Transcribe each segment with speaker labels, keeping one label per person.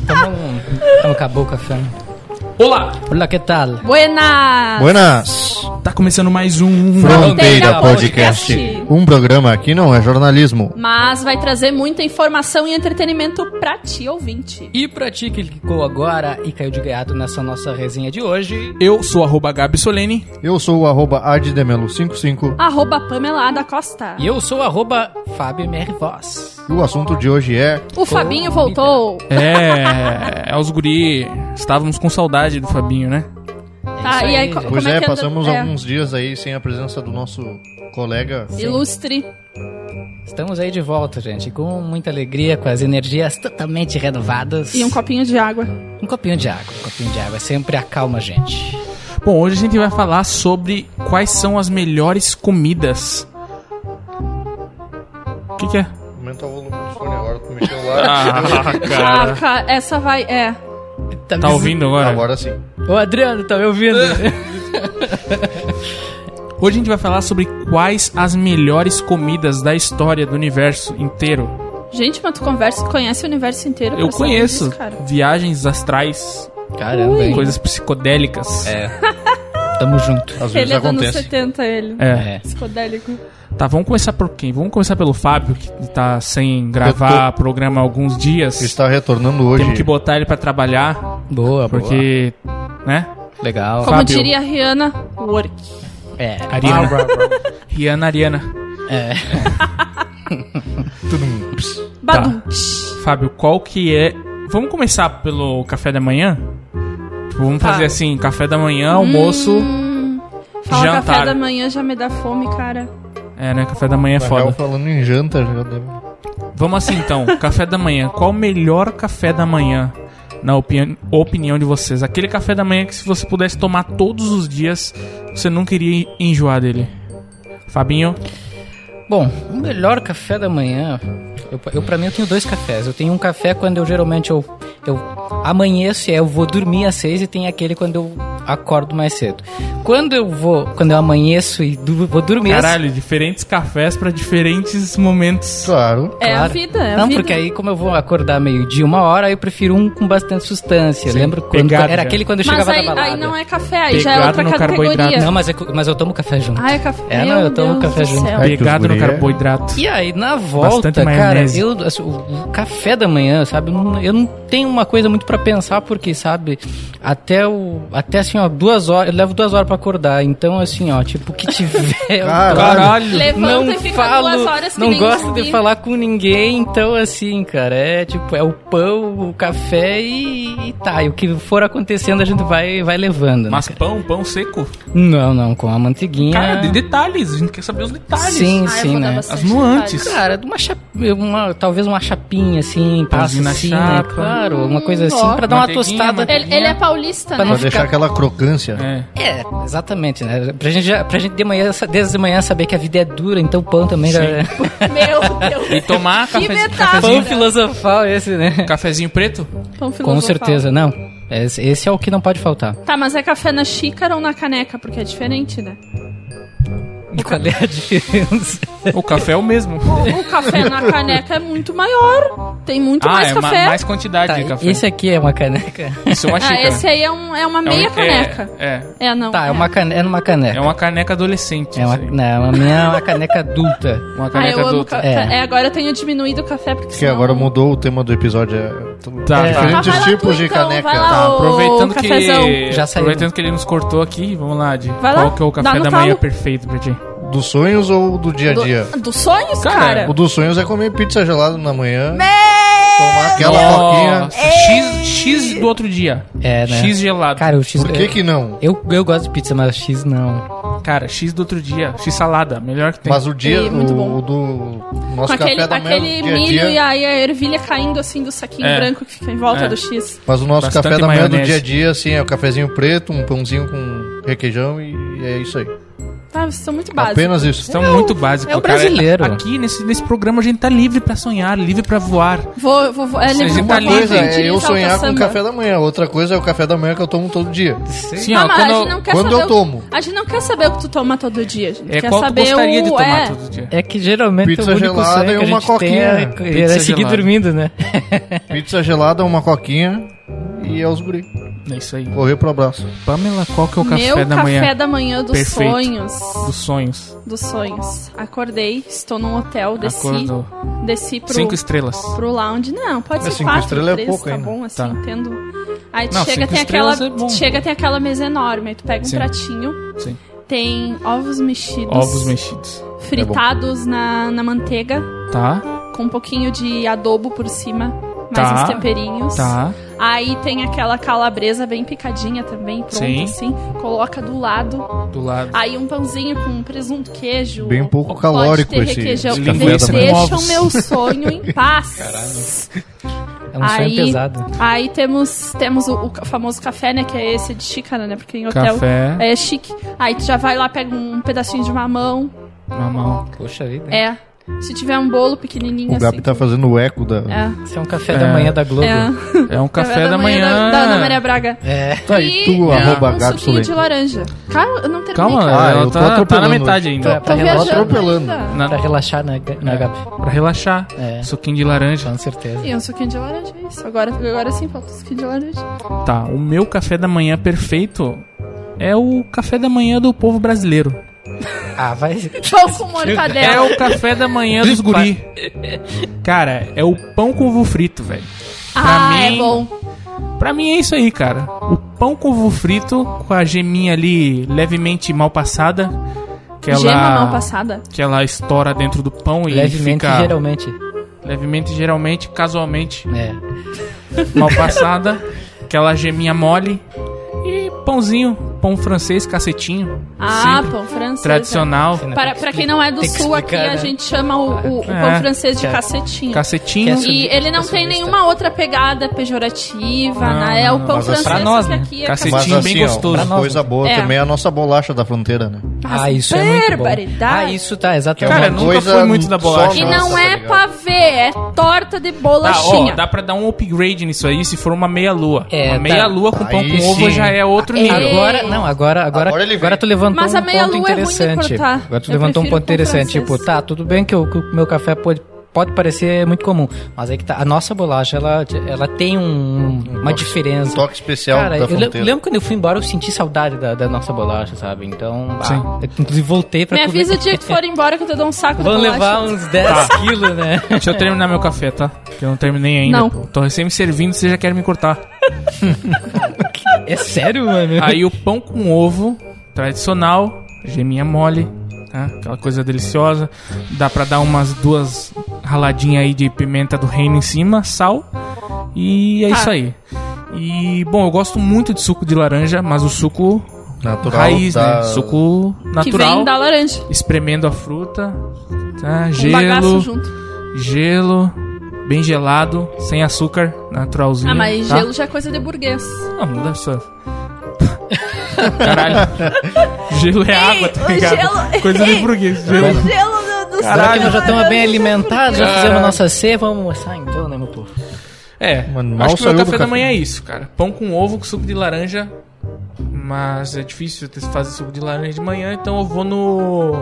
Speaker 1: Estamos com a boca fã.
Speaker 2: Olá!
Speaker 1: um Olá, que tal?
Speaker 3: Buenas!
Speaker 4: Buenas!
Speaker 2: Tá começando mais um.
Speaker 4: Fronteira Podcast. Um programa que não é jornalismo.
Speaker 3: Mas vai trazer muita informação e entretenimento pra ti, ouvinte.
Speaker 1: E pra ti que clicou agora e caiu de gaiato nessa nossa resenha de hoje,
Speaker 2: Eu sou arroba Gabi Solene.
Speaker 4: Eu sou o arroba ardemelo55
Speaker 3: Arroba Pamela da Costa.
Speaker 1: e eu sou arroba Fábio MR Voz. É
Speaker 4: e o assunto de hoje é...
Speaker 3: O Fabinho voltou.
Speaker 2: É, é os guri. Estávamos com saudade do Fabinho, né?
Speaker 1: É
Speaker 3: Tá,
Speaker 1: isso
Speaker 3: e aí,
Speaker 1: gente.
Speaker 3: co-
Speaker 4: Pois
Speaker 3: Como é que
Speaker 4: é,
Speaker 3: anda-
Speaker 4: passamos
Speaker 3: é.
Speaker 4: alguns dias aí sem a presença do nosso colega.
Speaker 3: Ilustre.
Speaker 1: Estamos aí de volta, gente, com muita alegria, com as energias totalmente renovadas.
Speaker 3: E um copinho de água.
Speaker 1: Um copinho de água, um copinho de água. Sempre acalma a gente.
Speaker 2: Bom, hoje a gente vai falar sobre quais são as melhores comidas. O que, que é?
Speaker 4: Aumenta o volume do fone agora, tu mexeu lá.
Speaker 3: Ah, ca- essa vai. É.
Speaker 1: Tá, me-
Speaker 2: Tá ouvindo agora?
Speaker 4: agora sim.
Speaker 1: Ô, Adriano, tá me ouvindo?
Speaker 2: Hoje a gente vai falar sobre quais as melhores comidas da história do universo inteiro.
Speaker 3: Gente, mas tu conversa, conhece o universo inteiro.
Speaker 2: Eu
Speaker 3: pra saber
Speaker 2: conheço
Speaker 3: disso, Tá cara.
Speaker 2: viagens astrais,
Speaker 1: Caramba, hein?
Speaker 2: coisas psicodélicas.
Speaker 1: É. Tamo junto.
Speaker 4: Às vezes
Speaker 3: Ele é dos anos
Speaker 4: acontece.
Speaker 3: 70, ele.
Speaker 2: É.
Speaker 1: É.
Speaker 3: Psicodélico.
Speaker 2: Tá, vamos começar por quem? Vamos começar pelo Fábio, que tá sem gravar programa há alguns dias.
Speaker 4: Está retornando hoje.
Speaker 2: Temos que botar ele pra trabalhar,
Speaker 1: Boa, boa.
Speaker 2: porque. Né?
Speaker 4: Ah,
Speaker 1: Legal.
Speaker 3: Como
Speaker 2: Fábio.
Speaker 3: diria a Rihanna, work.
Speaker 1: É.
Speaker 2: Ariana. Rihanna Ariana.
Speaker 1: É.
Speaker 4: Tudum, ps.
Speaker 3: Badum.
Speaker 2: Tá. Fábio, qual que é. Vamos começar pelo café da manhã? Tipo, vamos
Speaker 3: Tá.
Speaker 2: fazer assim: café da manhã, almoço.
Speaker 3: Hum, fala
Speaker 2: Jantar.
Speaker 3: café da manhã, já me dá fome, cara.
Speaker 2: É, né? Café da manhã é
Speaker 4: Na real,
Speaker 2: foda.
Speaker 4: falando em janta, já deve...
Speaker 2: Vamos assim então: café da manhã. Qual o melhor café da manhã? Na opini- opinião de vocês, aquele café da manhã que se você pudesse tomar todos os dias, você não queria enjoar dele. Fabinho,
Speaker 1: Bom, o melhor café da manhã. Eu, eu para mim eu tenho dois cafés. Eu tenho um café quando eu geralmente eu, eu amanheço e aí eu vou dormir às seis e tem aquele quando eu acordo mais cedo. Quando eu vou, quando eu amanheço e du- vou dormir. às-
Speaker 2: Caralho, diferentes cafés pra diferentes momentos.
Speaker 4: Claro.
Speaker 3: É a
Speaker 1: Claro.
Speaker 3: vida, é a
Speaker 1: Não,
Speaker 3: vida.
Speaker 1: porque aí como eu vou acordar meio dia, uma hora, eu prefiro um com bastante sustância.
Speaker 2: Sim,
Speaker 1: Lembro quando
Speaker 2: pegado
Speaker 1: era
Speaker 2: já.
Speaker 1: aquele quando eu
Speaker 3: Mas
Speaker 1: chegava
Speaker 3: aí,
Speaker 1: da balada.
Speaker 3: aí não é café, aí já é
Speaker 2: Pegado
Speaker 3: outra
Speaker 2: no
Speaker 3: categoria.
Speaker 2: carboidrato.
Speaker 1: Não, mas, é co- mas eu tomo café junto.
Speaker 3: Ah, é café.
Speaker 1: É, não,
Speaker 3: Meu
Speaker 1: eu tomo
Speaker 3: Deus
Speaker 1: café
Speaker 3: do
Speaker 1: junto.
Speaker 3: céu.
Speaker 4: É que os
Speaker 2: Pegado no
Speaker 4: guri é-
Speaker 2: carboidrato.
Speaker 1: E aí, na volta,
Speaker 2: Bastante
Speaker 1: cara,
Speaker 2: maionese.
Speaker 1: eu, assim, o o café da manhã, sabe? eu não- Eu não tenho uma coisa muito pra pensar, porque, sabe? Até o. Até assim, ó, duas horas. Eu levo duas horas pra acordar. Então, assim, ó, tipo, o que tiver. eu
Speaker 4: Caralho.
Speaker 1: tomo.
Speaker 3: Levanta
Speaker 1: não
Speaker 3: e fica
Speaker 1: falo,
Speaker 3: duas horas que
Speaker 1: não
Speaker 3: nem
Speaker 1: gosto
Speaker 3: zumbi.
Speaker 1: de falar com ninguém, então assim, cara, é tipo, é o pão, o café e, e tá, e o que for acontecendo a gente vai, vai levando. né,
Speaker 2: Mas
Speaker 1: cara?
Speaker 2: pão, pão seco.
Speaker 1: Não, não, com a manteiguinha.
Speaker 2: Cara, de detalhes, a gente quer saber os detalhes.
Speaker 1: Sim,
Speaker 3: Ah, eu
Speaker 1: sim,
Speaker 3: vou dar
Speaker 1: né?
Speaker 3: bastante
Speaker 2: As nuances.
Speaker 3: detalhes.
Speaker 1: Cara, uma, chap... uma talvez uma chapinha assim, passa
Speaker 2: Pãozinho na
Speaker 1: assim,
Speaker 2: chapa.
Speaker 1: né? Claro, alguma coisa assim,
Speaker 3: ó.
Speaker 1: pra dar uma
Speaker 2: Manteiguinha,
Speaker 1: tostada.
Speaker 2: mante-
Speaker 3: Ele, ele é paulista,
Speaker 1: Pra
Speaker 3: né?
Speaker 4: Pra
Speaker 1: não
Speaker 4: deixar
Speaker 1: ficar-
Speaker 4: aquela crocância.
Speaker 2: É.
Speaker 1: É, exatamente, né? Pra gente, já, pra gente de manhã, desde de manhã saber que a vida é dura, então o pão também já
Speaker 2: Sim.
Speaker 3: Meu Deus.
Speaker 2: E tomar
Speaker 3: Que
Speaker 2: cafezinho,
Speaker 1: Pão
Speaker 3: metáfora.
Speaker 2: cafezinho,
Speaker 1: filosofal esse, né?
Speaker 2: cafezinho preto?
Speaker 3: Pão
Speaker 1: Com
Speaker 3: filosofal.
Speaker 1: certeza, não. Esse, esse é o que não pode faltar.
Speaker 3: Tá, mas é café na xícara ou na caneca? Porque é diferente, né?
Speaker 1: Qual é a diferença?
Speaker 2: O café é o mesmo.
Speaker 3: O, o café na caneca é muito maior. Tem muito
Speaker 2: ah,
Speaker 3: mais
Speaker 2: é ma-
Speaker 3: café.
Speaker 2: mais quantidade
Speaker 1: Tá,
Speaker 2: de café.
Speaker 1: esse aqui é uma caneca.
Speaker 2: Isso é uma
Speaker 3: Ah,
Speaker 2: xícara.
Speaker 3: esse aí é, um, é uma
Speaker 2: É um-
Speaker 3: meia
Speaker 2: é-
Speaker 3: caneca.
Speaker 2: É,
Speaker 3: É, não.
Speaker 1: Tá, é uma caneca, é numa
Speaker 2: é
Speaker 1: caneca.
Speaker 2: uma caneca adolescente. assim.
Speaker 1: É uma,
Speaker 2: isso aí.
Speaker 1: não, a minha é uma caneca adulta.
Speaker 2: Uma
Speaker 3: Ah,
Speaker 2: caneca
Speaker 3: eu amo
Speaker 2: adulta.
Speaker 3: café.
Speaker 1: É.
Speaker 3: É. agora eu tenho diminuído o café porque
Speaker 4: Que
Speaker 3: senão-
Speaker 4: agora mudou o tema do episódio. É...
Speaker 2: Tá,
Speaker 1: É.
Speaker 2: tá.
Speaker 3: Ah,
Speaker 4: Diferentes
Speaker 3: vai lá
Speaker 4: tipos
Speaker 3: tu,
Speaker 4: de
Speaker 3: então,
Speaker 4: caneca.
Speaker 3: Vai lá,
Speaker 4: Tá,
Speaker 3: ô,
Speaker 2: Aproveitando
Speaker 3: cafezão.
Speaker 2: que,
Speaker 1: Já saiu.
Speaker 2: aproveitando que ele nos cortou aqui, vamos lá, Di.
Speaker 3: Vai lá,
Speaker 2: Qual que é o
Speaker 3: dá
Speaker 2: café
Speaker 3: no
Speaker 2: da manhã
Speaker 3: talo.
Speaker 2: perfeito pra ti?
Speaker 4: Dos sonhos ou do dia a dia?
Speaker 3: Do- dos sonhos,
Speaker 2: Cara,
Speaker 3: cara.
Speaker 4: O dos sonhos é comer pizza gelada na manhã. Tomar aquela coquinha.
Speaker 2: Nossa, X, X do outro dia.
Speaker 1: É, né?
Speaker 2: X gelado.
Speaker 1: Cara, o X. é-
Speaker 4: Por que que não?
Speaker 1: Eu, eu gosto de pizza, mas X não.
Speaker 2: Cara, X do outro dia. X salada, melhor que tem.
Speaker 4: Mas o dia,
Speaker 3: É, muito
Speaker 4: o,
Speaker 3: bom.
Speaker 4: o do nosso
Speaker 3: Com aquele,
Speaker 4: café da manhã,
Speaker 3: aquele
Speaker 4: do dia a
Speaker 3: milho
Speaker 4: dia.
Speaker 3: e aí a ervilha caindo assim do saquinho
Speaker 2: É.
Speaker 3: branco que fica em volta
Speaker 2: É.
Speaker 3: do X.
Speaker 4: Mas o nosso
Speaker 2: Bastante
Speaker 4: café da manhã do
Speaker 2: maionese.
Speaker 4: dia a dia, assim, é o cafezinho preto, um pãozinho com requeijão e, e é isso aí.
Speaker 3: Tá, vocês são muito básicos.
Speaker 4: Apenas isso.
Speaker 3: Então,
Speaker 2: São muito básicos.
Speaker 1: é o
Speaker 2: cara.
Speaker 1: brasileiro.
Speaker 2: Aqui nesse, nesse programa a gente tá livre pra sonhar, livre pra voar.
Speaker 3: Vou, vou, vou. É,
Speaker 2: Vocês
Speaker 3: livro
Speaker 2: tá
Speaker 3: pra
Speaker 4: Uma
Speaker 2: livre,
Speaker 3: falar,
Speaker 4: coisa
Speaker 3: gente,
Speaker 4: é eu
Speaker 3: Salta
Speaker 4: sonhar com o
Speaker 3: Samba.
Speaker 4: café da manhã, outra coisa é o café da manhã que eu tomo todo dia.
Speaker 2: Sim,
Speaker 3: Ah,
Speaker 2: Assim, ó,
Speaker 3: mas
Speaker 2: quando
Speaker 3: a
Speaker 2: eu-
Speaker 3: gente não quer
Speaker 4: quando eu
Speaker 3: saber o-
Speaker 4: tomo.
Speaker 3: A gente não quer saber o que tu toma todo dia, a gente
Speaker 2: é
Speaker 3: quer
Speaker 2: qual tu
Speaker 3: saber
Speaker 2: gostaria
Speaker 3: o...
Speaker 2: de tomar
Speaker 3: é.
Speaker 2: todo dia.
Speaker 1: É que geralmente
Speaker 4: Pizza
Speaker 1: o único
Speaker 4: gelada
Speaker 1: sonho
Speaker 4: e
Speaker 1: que a
Speaker 4: uma
Speaker 1: gente tem é,
Speaker 4: coquinha.
Speaker 1: era
Speaker 2: Pizza
Speaker 1: seguir
Speaker 2: gelada.
Speaker 1: dormindo, né?
Speaker 4: Pizza gelada, uma coquinha e é os guri.
Speaker 2: É isso aí.
Speaker 4: Correr pro abraço.
Speaker 2: Pamela, qual que é o café
Speaker 3: Meu
Speaker 2: da
Speaker 3: café
Speaker 2: manhã
Speaker 3: da manhã dos
Speaker 2: Perfeito.
Speaker 3: sonhos.
Speaker 2: dos sonhos?
Speaker 3: Dos sonhos. Acordei, estou num hotel, desci.
Speaker 2: Acordou.
Speaker 3: Desci pro,
Speaker 2: Cinco estrelas.
Speaker 3: pro lounge. Não, pode
Speaker 4: Mas
Speaker 3: ser
Speaker 4: cinco
Speaker 3: quatro,
Speaker 4: estrelas é
Speaker 3: três,
Speaker 4: pouco
Speaker 3: tá
Speaker 4: ainda.
Speaker 3: bom, assim,
Speaker 2: Tá.
Speaker 3: entendo. Aí tu
Speaker 2: Não,
Speaker 3: chega,
Speaker 2: cinco
Speaker 3: tem aquela,
Speaker 2: estrelas é bom.
Speaker 3: chega, tem aquela mesa enorme, aí tu pega um
Speaker 2: Sim.
Speaker 3: pratinho,
Speaker 2: Sim.
Speaker 3: tem ovos mexidos,
Speaker 2: Ovos é mexidos.
Speaker 3: fritados na, na manteiga,
Speaker 2: Tá,
Speaker 3: com um pouquinho de adobo por cima, mais
Speaker 2: Tá.
Speaker 3: uns temperinhos.
Speaker 2: tá.
Speaker 3: Aí tem aquela calabresa bem picadinha também, pronta
Speaker 2: Sim.
Speaker 3: assim. Coloca do lado.
Speaker 2: Do lado.
Speaker 3: Aí um pãozinho com presunto, queijo.
Speaker 4: Bem pouco
Speaker 3: pode
Speaker 4: calórico
Speaker 3: ter
Speaker 4: esse
Speaker 3: requeijão.
Speaker 4: café
Speaker 3: Eles
Speaker 4: da manhã.
Speaker 3: deixam
Speaker 2: Ovos.
Speaker 3: meu sonho em paz.
Speaker 1: É um sonho
Speaker 3: Aí-
Speaker 1: pesado.
Speaker 3: Aí temos, temos o, o ca- famoso café, né? Que é esse de xícara, né? Porque em hotel
Speaker 2: Café,
Speaker 3: é chique. Aí tu já vai lá, pega um pedacinho de mamão.
Speaker 2: mamão.
Speaker 1: Poxa vida.
Speaker 3: É. Se tiver um bolo pequenininho
Speaker 4: O Gabi
Speaker 3: assim.
Speaker 4: tá fazendo o eco da.
Speaker 3: É.
Speaker 1: Isso é um café
Speaker 2: É.
Speaker 1: da manhã da Globo.
Speaker 3: É.
Speaker 2: É um café, da, manhã.
Speaker 3: Da, da Ana Maria Braga.
Speaker 1: É.
Speaker 4: Tá
Speaker 3: E
Speaker 4: aí, tu,
Speaker 2: É,
Speaker 4: arroba
Speaker 3: um
Speaker 4: Gabi
Speaker 3: suquinho
Speaker 4: Soleil.
Speaker 3: de laranja. Calma, eu não terminei.
Speaker 2: Calma,
Speaker 3: cara.
Speaker 4: Ah,
Speaker 2: ela
Speaker 4: eu tô
Speaker 2: tá, tá na
Speaker 4: atropelando
Speaker 2: metade
Speaker 1: Tô-
Speaker 2: ainda.
Speaker 1: tô
Speaker 3: Tô
Speaker 1: pra relaxar,
Speaker 3: viajando
Speaker 4: atropelando.
Speaker 3: ainda.
Speaker 2: Na-
Speaker 1: Pra relaxar na, ga- na Gabi.
Speaker 2: pra relaxar.
Speaker 1: É.
Speaker 2: Suquinho de laranja.
Speaker 1: Com certeza.
Speaker 3: E um suquinho de laranja, é isso. Agora, agora sim, falta um suquinho de laranja.
Speaker 2: Tá, o meu café da manhã perfeito é o café da manhã do povo brasileiro.
Speaker 1: Ah, vai.
Speaker 3: Pão com
Speaker 2: É
Speaker 3: mortadela.
Speaker 2: o café da manhã dos guri. Cara, é o pão com ovo frito, velho.
Speaker 3: ah,
Speaker 2: mim-
Speaker 3: é bom.
Speaker 2: Pra mim é isso aí, cara. O pão com ovo frito, com a geminha ali levemente mal passada. Que é ela,
Speaker 3: Gema mal passada.
Speaker 2: que ela estoura dentro do pão e
Speaker 1: Levemente,
Speaker 2: fica
Speaker 1: geralmente.
Speaker 2: levemente, geralmente, casualmente
Speaker 1: É.
Speaker 2: mal passada. aquela geminha mole. E pãozinho, pão francês, cacetinho.
Speaker 3: Ah,
Speaker 2: simples,
Speaker 3: pão francês.
Speaker 2: tradicional.
Speaker 3: é. Para, pra quem não é do
Speaker 1: Tem que
Speaker 3: sul aqui,
Speaker 1: explicar,
Speaker 3: a
Speaker 1: né?
Speaker 3: gente chama o, o- o
Speaker 2: É.
Speaker 3: pão francês de
Speaker 1: Que é-
Speaker 3: cacetinho.
Speaker 2: Cacetinho.
Speaker 1: Que
Speaker 3: E ele não tem
Speaker 1: Cacetinho.
Speaker 3: nenhuma outra pegada pejorativa,
Speaker 2: Não,
Speaker 3: né? É o pão
Speaker 4: mas assim-
Speaker 3: francês
Speaker 1: Pra nós,
Speaker 3: que
Speaker 1: né?
Speaker 3: aqui é
Speaker 2: Cacetinho.
Speaker 4: Mas
Speaker 2: Fritinho bem
Speaker 4: assim, ó,
Speaker 2: gostoso.
Speaker 4: uma coisa boa
Speaker 3: É.
Speaker 4: também é a nossa bolacha da fronteira, né?
Speaker 3: Mas
Speaker 1: ah, isso é muito bom.
Speaker 3: barbaridade.
Speaker 1: Ah, isso tá, exatamente.
Speaker 2: Cara,
Speaker 4: é
Speaker 2: nunca fui muito da
Speaker 4: só
Speaker 2: bolacha.
Speaker 3: E
Speaker 4: nossa,
Speaker 3: não
Speaker 4: tá
Speaker 3: é
Speaker 4: ligado?
Speaker 3: pavê, é torta de
Speaker 2: Tá,
Speaker 3: bolachinha.
Speaker 2: ó, dá pra dar um upgrade nisso aí se for uma meia-lua.
Speaker 1: É,
Speaker 2: uma
Speaker 1: tá.
Speaker 2: meia-lua com pão
Speaker 4: Aí
Speaker 2: com ovo
Speaker 4: sim.
Speaker 2: já é
Speaker 3: Ah,
Speaker 2: outro
Speaker 1: E
Speaker 2: nível.
Speaker 1: Agora, não, agora, agora,
Speaker 4: Agora ele
Speaker 1: agora,
Speaker 4: vem.
Speaker 1: tu levantou
Speaker 3: Mas a
Speaker 1: um
Speaker 3: meia-lua
Speaker 1: ponto
Speaker 3: é ruim de
Speaker 1: interessante.
Speaker 3: cortar.
Speaker 1: agora tu
Speaker 3: Eu
Speaker 1: levantou um
Speaker 3: prefiro
Speaker 1: ponto
Speaker 3: com
Speaker 1: interessante, tipo,
Speaker 3: francês.
Speaker 1: tá, tudo bem que o, que o meu café pode, pode parecer muito comum, mas é que tá, a nossa bolacha, ela, ela tem um- uma
Speaker 4: toque-
Speaker 1: diferença.
Speaker 4: Um toque especial
Speaker 1: Cara,
Speaker 4: da
Speaker 1: eu le-
Speaker 4: fronteira.
Speaker 1: lembro quando eu fui embora, eu senti saudade da, da nossa bolacha, sabe? Então, ah,
Speaker 2: Sim.
Speaker 1: eu, inclusive voltei pra
Speaker 3: Me
Speaker 1: comer.
Speaker 3: avisa o dia que tu for embora que eu te dou um saco de
Speaker 1: Vão
Speaker 3: bolacha.
Speaker 1: levar uns 10 quilos, né?
Speaker 2: Deixa eu terminar meu café, tá? Que eu não terminei ainda.
Speaker 3: Não.
Speaker 2: pô. Tô recém me servindo, você já quer me cortar.
Speaker 1: É sério, mano?
Speaker 2: Aí o pão com ovo, tradicional, geminha mole, tá? Aquela coisa deliciosa. Dá pra dar umas duas raladinhas aí de pimenta do reino em cima, sal. E é
Speaker 3: Tá.
Speaker 2: isso aí. E, bom, eu gosto muito de suco de laranja, mas o suco
Speaker 4: Natural
Speaker 2: raiz,
Speaker 4: da-
Speaker 2: né? Suco
Speaker 3: Que
Speaker 2: um natural.
Speaker 3: vem da laranja.
Speaker 2: espremendo a fruta, tá?
Speaker 3: Um
Speaker 2: Gelo,
Speaker 3: bagaço junto.
Speaker 2: gelo, bem gelado, sem açúcar, naturalzinho.
Speaker 3: Ah, mas
Speaker 2: tá?
Speaker 3: gelo já é coisa de burguês.
Speaker 2: Não, não deve ser. Caralho. Gelo é água, tá
Speaker 3: o
Speaker 2: ligado?
Speaker 3: gelo-
Speaker 2: Coisa de
Speaker 3: Ei,
Speaker 2: burguês. Gelo.
Speaker 3: Gelo do,
Speaker 1: Será que nós já estamos bem alimentados? Já fizemos
Speaker 2: Cara.
Speaker 1: nossa ceia, vamos almoçar então, né, meu povo?
Speaker 2: É,
Speaker 4: Mano, mal
Speaker 2: acho que o
Speaker 4: saiu
Speaker 2: meu
Speaker 4: do
Speaker 2: café, da
Speaker 4: café.
Speaker 2: manhã é isso, cara. Pão com ovo, com suco de laranja. Mas é difícil ter- fazer suco de laranja de manhã, então eu vou no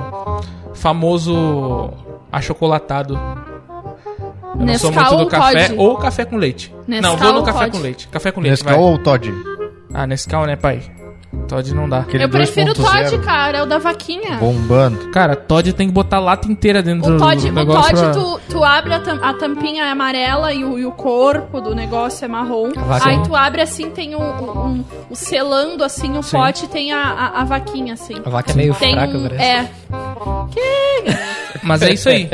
Speaker 2: famoso achocolatado. Eu não sou
Speaker 3: Nescau
Speaker 2: muito do
Speaker 3: ou
Speaker 2: café
Speaker 3: Toddy?
Speaker 2: ou café com leite.
Speaker 3: Nescau
Speaker 2: não, vou no
Speaker 3: ou
Speaker 2: café
Speaker 3: Toddy?
Speaker 2: com leite. Café com leite,
Speaker 4: Nescau
Speaker 2: vai.
Speaker 4: ou Todd?
Speaker 2: Ah, Nescau, né, pai? Todd não dá.
Speaker 4: Aquele
Speaker 3: Eu prefiro o
Speaker 4: 2.0,
Speaker 3: Todd, cara. É o da vaquinha.
Speaker 4: Bombando.
Speaker 2: Cara, Todd tem que botar a lata inteira dentro
Speaker 3: O
Speaker 2: do-
Speaker 3: Todd,
Speaker 2: do
Speaker 3: o
Speaker 2: negócio. pra-
Speaker 3: Todd tu, tu abre a, tam- a tampinha é amarela e o, e o corpo do negócio é marrom.
Speaker 1: vaca.
Speaker 3: Aí tu abre assim, tem o um, um- o selando assim o
Speaker 2: Sim.
Speaker 3: pote tem a, a, a vaquinha assim.
Speaker 1: A vaca é meio
Speaker 3: Tem
Speaker 1: fraca,
Speaker 3: um,
Speaker 1: parece.
Speaker 3: é.
Speaker 2: Mas é isso aí.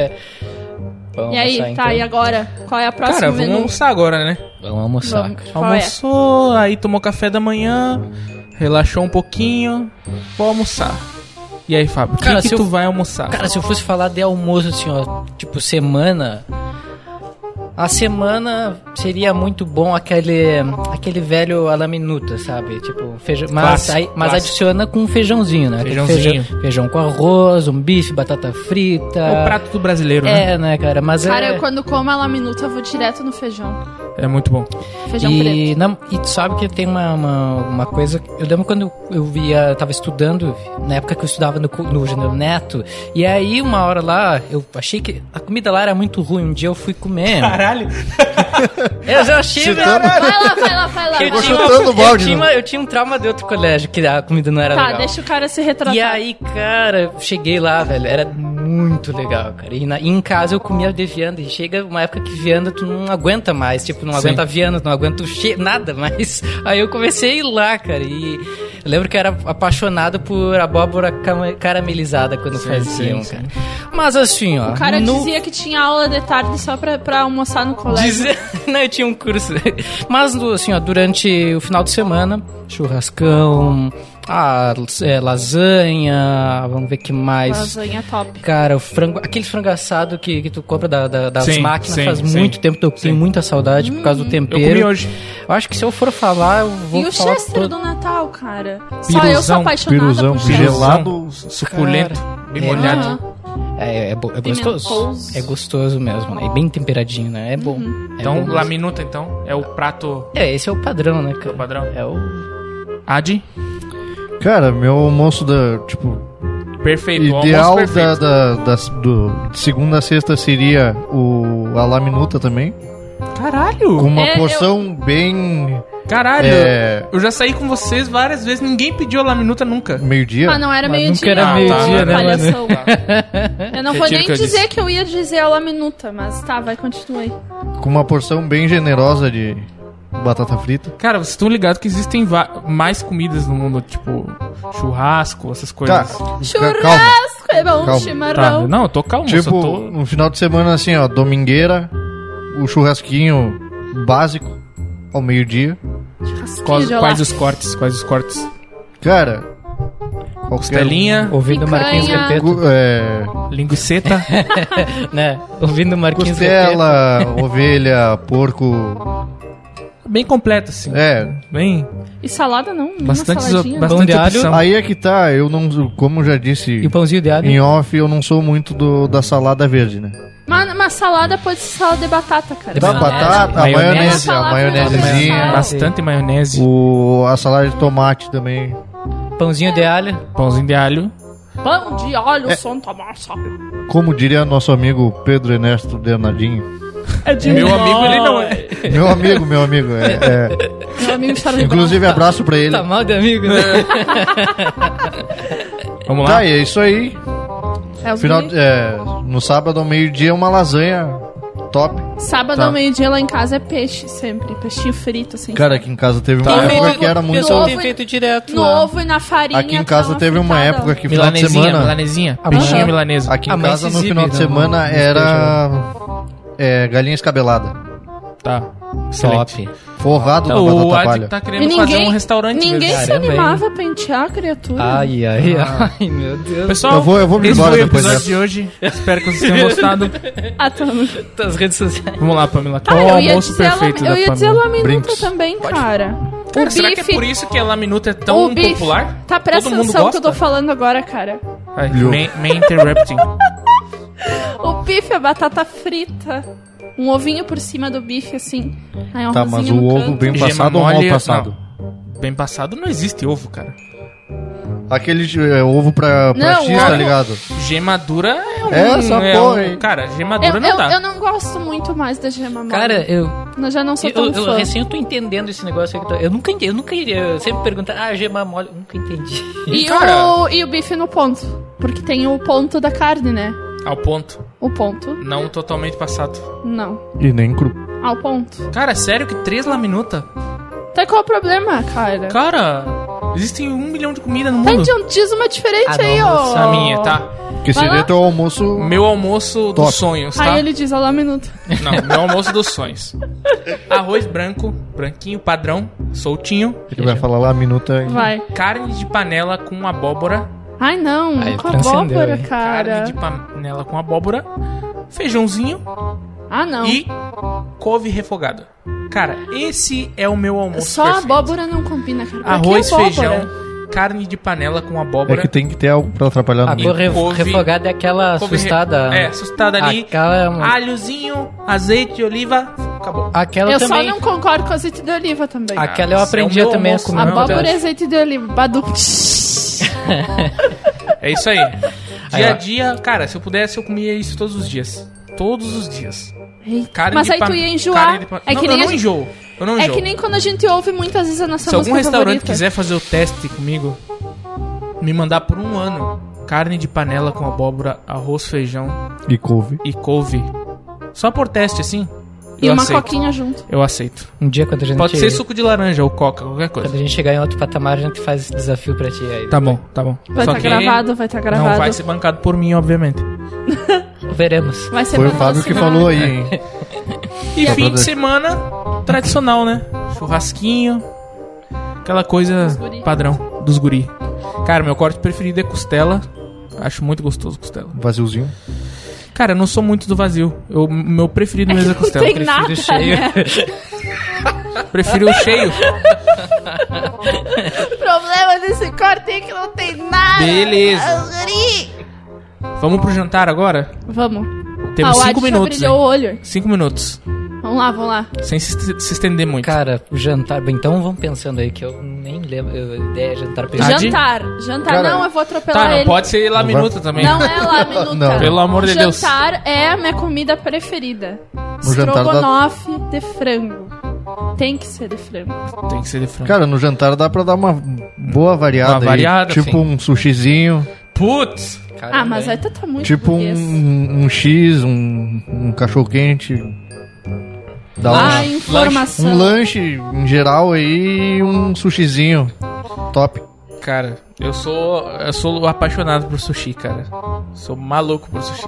Speaker 1: Vamos
Speaker 3: E aí,
Speaker 1: almoçar,
Speaker 3: tá,
Speaker 1: então.
Speaker 3: e agora? Qual é a próxima
Speaker 2: Cara, vamos
Speaker 3: menu?
Speaker 2: almoçar agora, né?
Speaker 1: Vamos almoçar.
Speaker 3: Vamos. Qual é?
Speaker 2: Almoçou, aí tomou café da manhã, relaxou um pouquinho, vou almoçar. E aí, Fábio, o que,
Speaker 1: Cara,
Speaker 2: que
Speaker 1: se
Speaker 2: tu
Speaker 1: eu-
Speaker 2: vai almoçar?
Speaker 1: Cara, se eu fosse falar de almoço, assim, ó, tipo, semana. A semana seria muito bom aquele aquele velho alaminuta, sabe? Tipo, feijão, mas,
Speaker 2: Clássico,
Speaker 1: aí- mas
Speaker 2: clássico.
Speaker 1: adiciona com um feijãozinho, né? Aquele
Speaker 2: Feijãozinho.
Speaker 1: Feijão, feijão com arroz, um bife, batata frita.
Speaker 2: É o prato do brasileiro, né?
Speaker 1: É, né, cara? Mas
Speaker 3: Cara,
Speaker 1: é...
Speaker 3: eu quando como ela minuta, eu vou direto no feijão.
Speaker 2: É muito bom.
Speaker 3: Feijão preto.
Speaker 1: e, não, e tu sabe que tem uma, uma, uma coisa. Eu lembro quando eu via, eu tava estudando, na época que eu estudava no, cu- no General Neto, e aí uma hora lá, eu achei que a comida lá era muito ruim. Um dia eu fui comer.
Speaker 2: Caralho!
Speaker 1: Eu já achei,
Speaker 4: Citando-
Speaker 1: velho,
Speaker 3: Vai lá, vai lá,
Speaker 1: que
Speaker 3: vai lá. vai lá.
Speaker 1: eu, tinha,
Speaker 4: chutando o
Speaker 1: eu
Speaker 4: balde,
Speaker 1: tinha
Speaker 4: né?
Speaker 1: uma- eu tinha um trauma de outro colégio, que a comida não era
Speaker 3: Tá,
Speaker 1: legal.
Speaker 3: deixa o cara se retratar.
Speaker 1: E aí, cara, eu cheguei lá, velho, era muito legal, cara. E, na- e em casa eu comia de vianda. E chega uma época que vianda tu não aguenta mais. Tipo, não
Speaker 2: Sim.
Speaker 1: aguenta vianda, tu não aguenta o che- nada mais. Aí eu comecei a ir lá, cara. E eu lembro que eu era apaixonado por abóbora cama- caramelizada quando faziam,
Speaker 2: sim,
Speaker 1: cara. Mas assim, ó.
Speaker 3: O cara
Speaker 1: no-
Speaker 3: dizia que tinha aula de tarde só pra, pra almoçar no colégio.
Speaker 1: Dizer... Não, eu tinha um curso. Mas, do- assim, ó, durante o final de semana, churrascão, ah, é, lasanha, vamos ver que mais.
Speaker 3: Lasanha top.
Speaker 1: Cara, o frango, aquele frango assado que, que tu compra da- da- das
Speaker 2: Sim,
Speaker 1: máquinas
Speaker 2: sim,
Speaker 1: faz
Speaker 2: sim.
Speaker 1: muito tempo que eu tenho
Speaker 2: Sim.
Speaker 1: muita saudade por causa do
Speaker 2: Eu
Speaker 1: tempero.
Speaker 2: comi hoje.
Speaker 1: Eu acho que se eu for falar, eu vou
Speaker 3: Hum. e o
Speaker 1: falar
Speaker 3: Chester
Speaker 1: todo.
Speaker 3: do Natal, cara? só
Speaker 2: Piruzão,
Speaker 3: eu sou apaixonada
Speaker 4: piruzão,
Speaker 3: por Chester.
Speaker 4: piruzão.
Speaker 2: Gelado, suculento, bem
Speaker 1: é.
Speaker 2: molhado.
Speaker 3: Aham.
Speaker 1: É, é, bo- é gostoso.
Speaker 3: Pimentos.
Speaker 1: É gostoso mesmo, né? É bem temperadinho, né? É bom.
Speaker 3: Uhum.
Speaker 1: É
Speaker 2: Então,
Speaker 1: bom
Speaker 2: lá
Speaker 1: mesmo.
Speaker 2: minuta, então, é o prato
Speaker 1: É, esse é o padrão, né, cara?
Speaker 2: padrão.
Speaker 1: É o...
Speaker 2: Adi,
Speaker 4: Cara, meu almoço da, tipo,
Speaker 2: perfeito. o
Speaker 4: ideal
Speaker 2: almoço
Speaker 4: da,
Speaker 2: perfeito.
Speaker 4: da, das- do, de segunda a sexta seria o a laminuta também. Com
Speaker 2: Caralho!
Speaker 4: uma
Speaker 3: É, eu-
Speaker 4: porção bem.
Speaker 2: Caralho!
Speaker 4: É,
Speaker 2: Eu já saí com vocês várias vezes, ninguém pediu a minuta nunca.
Speaker 4: meio-dia.
Speaker 3: Mas não era
Speaker 1: Mas
Speaker 3: meio
Speaker 1: nunca
Speaker 3: dia.
Speaker 1: era
Speaker 2: Ah, meio-dia, né,
Speaker 3: Eu não
Speaker 2: Retiro
Speaker 3: vou
Speaker 2: o
Speaker 3: nem
Speaker 2: que eu
Speaker 3: dizer
Speaker 2: disse.
Speaker 3: que eu ia dizer a laminuta, mas tá, vai, continua aí.
Speaker 4: Com uma porção bem generosa de batata frita.
Speaker 2: Cara, vocês estão ligados que existem va- mais comidas no mundo, tipo churrasco, essas
Speaker 4: Tá,
Speaker 2: coisas.
Speaker 4: ca- calma.
Speaker 3: Churrasco é bom,
Speaker 4: Calma.
Speaker 2: Tá,
Speaker 3: chimarrão.
Speaker 2: não, eu tô calmo, eu só
Speaker 4: Tipo,
Speaker 2: tô...
Speaker 4: no final de semana, assim, ó, domingueira, o churrasquinho básico ao meio-dia.
Speaker 2: Quais,
Speaker 3: Tijolá.
Speaker 2: quais os cortes, quais os cortes?
Speaker 4: Cara, qualquer.
Speaker 2: Costelinha,
Speaker 1: Ouvindo o Marquinhos
Speaker 3: Picanha.
Speaker 1: Repeto,
Speaker 4: gu- É,
Speaker 2: linguiceta,
Speaker 1: né? Ouvindo o Marquinhos Repeto.
Speaker 4: costela, ovelha, porco.
Speaker 2: bem completo assim.
Speaker 4: É,
Speaker 2: Bem,
Speaker 3: E salada não,
Speaker 2: bastante,
Speaker 3: uma
Speaker 2: iso-
Speaker 3: saladinha.
Speaker 1: ba-
Speaker 2: bastante
Speaker 1: de alho.
Speaker 2: opção.
Speaker 4: aí é que tá. Eu não, como eu já
Speaker 1: E
Speaker 4: disse
Speaker 1: o pãozinho de alho.
Speaker 4: em off, eu não sou muito do, da salada verde, né?
Speaker 3: Mas, mas salada pode ser salada de batata, cara.
Speaker 1: De
Speaker 4: Da
Speaker 3: Salada.
Speaker 4: batata, a
Speaker 2: Maionese.
Speaker 4: maionese, a
Speaker 3: Salada
Speaker 4: maionesezinha,
Speaker 3: universal.
Speaker 2: Bastante maionese,
Speaker 4: o, a salada de tomate também.
Speaker 1: Pãozinho de alho.
Speaker 2: pãozinho de alho.
Speaker 3: É. Pão de
Speaker 2: É.
Speaker 3: óleo, Santa Massa.
Speaker 4: Como diria nosso amigo Pedro Ernesto Bernardinho.
Speaker 2: É de Meu amigo, ele não é.
Speaker 4: Meu amigo, meu amigo. é- é.
Speaker 3: Meu amigo está no
Speaker 4: Inclusive, abraço pra ele. É,
Speaker 1: Tá mal de amigo, né?
Speaker 2: Vamos lá.
Speaker 4: Tá, e é isso aí.
Speaker 3: É os
Speaker 4: Final,
Speaker 3: guri.
Speaker 4: é, no sábado ao meio-dia, uma lasanha top.
Speaker 3: Sábado
Speaker 2: Tá.
Speaker 3: ao meio-dia lá em casa é peixe sempre. Peixinho frito, assim.
Speaker 4: Cara, aqui em casa teve uma
Speaker 2: Tá.
Speaker 4: época
Speaker 1: Tem
Speaker 4: que era
Speaker 1: feito-
Speaker 4: muito.
Speaker 1: pessoal
Speaker 3: Novo
Speaker 1: tem
Speaker 3: e-
Speaker 1: feito direto.
Speaker 3: No
Speaker 1: lá.
Speaker 3: ovo e na farinha.
Speaker 4: Aqui em
Speaker 3: tá
Speaker 4: casa
Speaker 3: uma
Speaker 4: teve uma
Speaker 3: fritada.
Speaker 4: época que final de
Speaker 2: Milanesinha,
Speaker 4: semana.
Speaker 2: milanesinha.
Speaker 1: Ah,
Speaker 2: Peixinho
Speaker 1: bom.
Speaker 2: milanesa.
Speaker 4: Aqui
Speaker 1: Ah,
Speaker 4: em
Speaker 1: mas
Speaker 4: casa no
Speaker 1: exibe,
Speaker 4: final de
Speaker 1: não- não
Speaker 4: semana
Speaker 1: esquece,
Speaker 4: era. É, galinha escabelada.
Speaker 2: Tá.
Speaker 1: Top.
Speaker 4: Forrado na
Speaker 2: O
Speaker 4: batata
Speaker 2: Adi
Speaker 4: palha.
Speaker 2: tá
Speaker 3: E
Speaker 2: querendo
Speaker 3: ninguém,
Speaker 2: fazer um restaurante
Speaker 3: ninguém
Speaker 4: É,
Speaker 2: mesmo.
Speaker 3: se
Speaker 1: Caramba,
Speaker 3: animava a pentear a criatura.
Speaker 1: Ai, ai,
Speaker 4: Ah.
Speaker 1: ai, meu Deus.
Speaker 2: Pessoal,
Speaker 4: Eu vou- eu vou me
Speaker 2: esse
Speaker 4: embora
Speaker 2: foi o
Speaker 4: depois
Speaker 2: episódio
Speaker 4: dessa.
Speaker 2: de hoje. Espero que vocês tenham gostado.
Speaker 3: Ah, tá.
Speaker 1: Das redes sociais.
Speaker 2: Vamos lá, Pamela. Qual é
Speaker 3: Cara,
Speaker 2: o
Speaker 3: Ah, eu ia
Speaker 2: almoço
Speaker 3: dizer, a
Speaker 2: perfeito
Speaker 3: lami- eu
Speaker 2: da
Speaker 3: ia dizer
Speaker 2: Pamela?
Speaker 3: laminuta
Speaker 4: Brinks.
Speaker 3: também, cara.
Speaker 2: Cara,
Speaker 3: o
Speaker 2: será que é
Speaker 3: bife-
Speaker 2: por isso que a laminuta é tão
Speaker 3: o bife-
Speaker 2: popular?
Speaker 3: Tá, presta
Speaker 2: Todo mundo
Speaker 3: atenção no que
Speaker 2: gosta?
Speaker 3: eu tô falando agora, cara.
Speaker 2: Ai,
Speaker 4: Viu?
Speaker 2: me, me interrupting.
Speaker 3: O bife é batata frita. Um ovinho por cima do bife, assim. Aí um
Speaker 4: Tá,
Speaker 3: arrozinho
Speaker 4: mas o
Speaker 3: no
Speaker 4: ovo
Speaker 3: canto.
Speaker 4: bem
Speaker 2: Gema
Speaker 4: passado ou mal
Speaker 2: mole-
Speaker 4: passado?
Speaker 2: Bem passado não existe ovo, cara.
Speaker 4: Aquele é, ovo pra, pra
Speaker 3: Não,
Speaker 4: X,
Speaker 3: ovo-
Speaker 4: tá ligado?
Speaker 2: Gemadura é um...
Speaker 4: É, essa
Speaker 2: é
Speaker 4: porra,
Speaker 2: um-
Speaker 4: hein?
Speaker 2: Cara, gemadura
Speaker 3: Eu,
Speaker 2: não
Speaker 3: eu,
Speaker 2: dá.
Speaker 3: eu não gosto muito mais da gema mole.
Speaker 1: Cara, eu,
Speaker 3: eu já não sou tão
Speaker 1: eu, eu
Speaker 3: fã.
Speaker 1: recém eu tô entendendo esse negócio aqui. Eu nunca entendi, eu nunca iria. Eu sempre pergunto, ah, gema mole. Eu nunca entendi.
Speaker 3: E,
Speaker 2: Cara.
Speaker 3: o, e o bife no ponto. Porque tem o ponto da carne, né?
Speaker 2: Ao ponto.
Speaker 3: O ponto.
Speaker 2: Não totalmente passado.
Speaker 3: Não.
Speaker 4: E nem cru.
Speaker 3: Ao ponto.
Speaker 2: Cara, é sério que três laminuta?
Speaker 3: Tá qual é o problema, cara?
Speaker 2: Cara, existem um milhão de comida no
Speaker 3: Tá,
Speaker 2: mundo.
Speaker 3: então diz uma diferente
Speaker 1: Ah,
Speaker 3: aí,
Speaker 1: não,
Speaker 3: ó.
Speaker 2: Essa minha, tá?
Speaker 4: Porque
Speaker 3: Vai
Speaker 4: seria
Speaker 3: lá.
Speaker 4: teu almoço.
Speaker 2: Meu almoço
Speaker 4: Top.
Speaker 2: dos sonhos, tá?
Speaker 3: Aí ele diz, olha lá, um minuto.
Speaker 2: Não, meu almoço dos sonhos. Arroz branco, branquinho, padrão, soltinho.
Speaker 4: Ele vai falar lá a minuta. ainda.
Speaker 3: Vai.
Speaker 2: Carne de panela com abóbora.
Speaker 3: Ai, não.
Speaker 1: Aí,
Speaker 3: com
Speaker 1: transcendeu,
Speaker 3: abóbora,
Speaker 1: hein?
Speaker 3: cara.
Speaker 2: Carne de panela com abóbora. Feijãozinho
Speaker 3: Ah, não.
Speaker 2: e couve refogada. Cara, esse é o meu almoço
Speaker 3: Só
Speaker 2: perfeito.
Speaker 3: abóbora não combina, cara. Pra que
Speaker 2: Arroz,
Speaker 3: abóbora?
Speaker 2: feijão, carne de panela com
Speaker 4: É
Speaker 2: abóbora.
Speaker 4: que tem que ter algo pra atrapalhar
Speaker 3: Ah,
Speaker 4: no
Speaker 1: A
Speaker 4: meio.
Speaker 1: cor re-
Speaker 2: couve-
Speaker 1: refogada é aquela
Speaker 2: couve re-
Speaker 1: assustada.
Speaker 2: É, assustada
Speaker 4: Ah,
Speaker 2: ali.
Speaker 1: Aquela, é
Speaker 2: Alhozinho, azeite de oliva, acabou.
Speaker 1: aquela
Speaker 3: Eu só
Speaker 1: também.
Speaker 3: não concordo com azeite de oliva também.
Speaker 1: Ah, Aquela eu
Speaker 2: Isso é
Speaker 1: aprendi
Speaker 2: o meu
Speaker 1: a também a
Speaker 2: almoço,
Speaker 1: comer.
Speaker 2: não,
Speaker 3: abóbora e
Speaker 2: verdade.
Speaker 3: azeite de oliva. Badu.
Speaker 2: É isso aí.
Speaker 1: Aí,
Speaker 2: Dia
Speaker 1: ó.
Speaker 2: a dia, cara, se eu pudesse, eu comia isso todos os dias. Todos os dias.
Speaker 3: Eita.
Speaker 2: Carne
Speaker 3: Mas
Speaker 2: de
Speaker 3: aí
Speaker 2: pa-
Speaker 3: tu ia enjoar.
Speaker 2: carne de pa-
Speaker 3: É
Speaker 2: não,
Speaker 3: que
Speaker 2: eu
Speaker 3: nem a
Speaker 2: não
Speaker 3: gente-
Speaker 2: enjoo. Eu não
Speaker 3: É
Speaker 2: enjoo.
Speaker 3: que nem quando a gente ouve muitas vezes a nossa
Speaker 2: Se algum
Speaker 3: música
Speaker 2: restaurante
Speaker 3: favorita.
Speaker 2: quiser fazer o teste comigo, me mandar por um ano carne de panela com abóbora, arroz, feijão
Speaker 4: E couve.
Speaker 2: e couve. Só por teste, assim.
Speaker 3: E
Speaker 2: eu
Speaker 3: uma
Speaker 2: aceito.
Speaker 3: coquinha junto.
Speaker 2: Eu aceito.
Speaker 1: Um dia quando a gente.
Speaker 2: Pode ser suco de laranja ou coca, qualquer coisa.
Speaker 1: Quando a gente chegar em outro patamar, a gente faz esse desafio pra ti aí.
Speaker 2: Tá bom, tá bom.
Speaker 3: Vai
Speaker 2: Só
Speaker 3: estar tá
Speaker 2: que
Speaker 3: gravado, vai estar gravado.
Speaker 2: Não vai ser bancado por mim, obviamente.
Speaker 1: Veremos.
Speaker 3: Vai assim, né? ser
Speaker 4: Foi o Fábio que
Speaker 3: patrocinado.
Speaker 4: falou aí, hein?
Speaker 2: E
Speaker 4: Só pra
Speaker 2: fim de
Speaker 4: deixar-
Speaker 2: semana tradicional, né? Churrasquinho. Aquela coisa
Speaker 3: Dos guri.
Speaker 2: padrão dos guri. Cara, meu corte preferido é costela. Acho muito gostoso costela.
Speaker 4: Vaziozinho.
Speaker 2: Cara, eu não sou muito do vazio. Eu, meu preferido mesmo é
Speaker 3: Não
Speaker 2: costela.
Speaker 3: tem nada,
Speaker 1: Prefiro cheio.
Speaker 3: né?
Speaker 2: Prefiro o cheio.
Speaker 3: O problema desse corte é que não tem nada.
Speaker 2: Beleza. Vamos pro jantar agora?
Speaker 3: Vamos.
Speaker 2: Temos
Speaker 3: ah, o
Speaker 2: cinco
Speaker 3: Adi já
Speaker 2: minutos.
Speaker 3: brilhou
Speaker 2: hein?
Speaker 3: o olho.
Speaker 2: Cinco minutos.
Speaker 3: Vamos lá, vamos lá.
Speaker 2: Sem se, se estender muito.
Speaker 1: Cara, o jantar. Bem, então vamos pensando aí que eu nem lembro. Eu, ideia é jantar pra
Speaker 2: Adi?
Speaker 3: Jantar. Jantar
Speaker 4: Cara,
Speaker 3: não, eu vou atropelar
Speaker 2: tá, não
Speaker 3: ele.
Speaker 2: pode ser lá
Speaker 4: Não
Speaker 2: minuto
Speaker 4: vai-
Speaker 2: também.
Speaker 3: Não é lá, minuta.
Speaker 4: Não.
Speaker 2: Pelo amor de Deus.
Speaker 3: Jantar é a minha comida preferida.
Speaker 4: No jantar dá-
Speaker 3: Estrogonofe de frango. Tem que ser de frango. Ah,
Speaker 2: Tem que ser de frango.
Speaker 4: Cara, no jantar dá pra dar uma boa variada.
Speaker 2: Uma
Speaker 4: aí.
Speaker 2: variada,
Speaker 4: Tipo
Speaker 2: sim.
Speaker 4: um sushizinho,
Speaker 2: Putz!
Speaker 1: Caramba,
Speaker 3: Ah, mas
Speaker 1: hein?
Speaker 3: aí tu tá muito
Speaker 4: tipo
Speaker 3: burguês.
Speaker 4: um, um X, um, um cachorro-quente. Dá
Speaker 3: Ah,
Speaker 4: um,
Speaker 3: informação.
Speaker 4: um lanche em geral aí e um sushizinho. Top.
Speaker 2: Cara, eu sou eu sou apaixonado por sushi, cara. Sou maluco por sushi.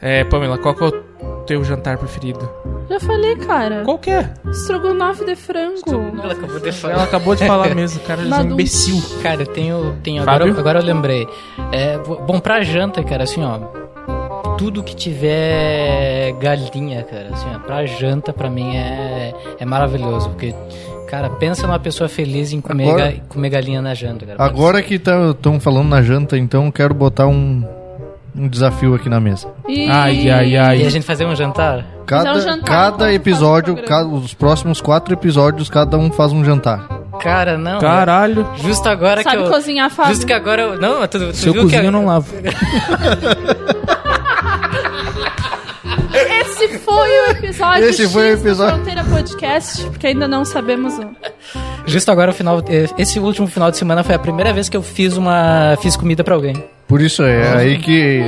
Speaker 2: É, Pamela, qual que é o teu jantar preferido?
Speaker 3: Já falei, cara.
Speaker 2: Qual que é?
Speaker 3: Estrogonofe de frango.
Speaker 1: Ela acabou de falar.
Speaker 2: Ela acabou de falar mesmo, cara, eles é um
Speaker 3: Badum.
Speaker 2: imbecil.
Speaker 1: Cara, eu tenho. tenho
Speaker 2: Fábio?
Speaker 1: agora, agora eu lembrei. É, bo- bom, pra janta, cara, assim, ó. Tudo que tiver galinha, cara, assim, ó, pra janta, pra mim é, é maravilhoso. Porque, cara, pensa numa pessoa feliz em comer,
Speaker 4: Agora-
Speaker 1: ga- comer galinha na janta, cara.
Speaker 4: Agora que estão falando na janta, então eu quero botar um, um desafio aqui na mesa.
Speaker 3: E...
Speaker 2: Ai, ai, ai.
Speaker 1: E a gente fazer um jantar?
Speaker 4: Cada,
Speaker 3: Mas é um jantar, não pode
Speaker 4: cada
Speaker 3: fazer
Speaker 4: episódio,
Speaker 3: programa.
Speaker 4: ca- os próximos quatro episódios, cada um faz um jantar.
Speaker 1: Cara, não.
Speaker 2: Caralho.
Speaker 1: Justo agora
Speaker 3: Sabe
Speaker 1: que eu.
Speaker 3: cozinhar, Fábio?
Speaker 1: Justo que agora eu. Não, tu, tu
Speaker 2: Se eu
Speaker 1: viu que.
Speaker 2: cozinho, eu não lavo.
Speaker 3: Esse foi o episódio
Speaker 4: Esse
Speaker 3: X
Speaker 4: foi o
Speaker 3: do
Speaker 4: episódio.
Speaker 3: Fronteira Podcast, porque ainda não sabemos o...
Speaker 1: Justo agora o final. eh, Esse último final de semana foi a primeira vez que eu fiz uma. Fiz comida pra alguém.
Speaker 4: Por isso é, aí que.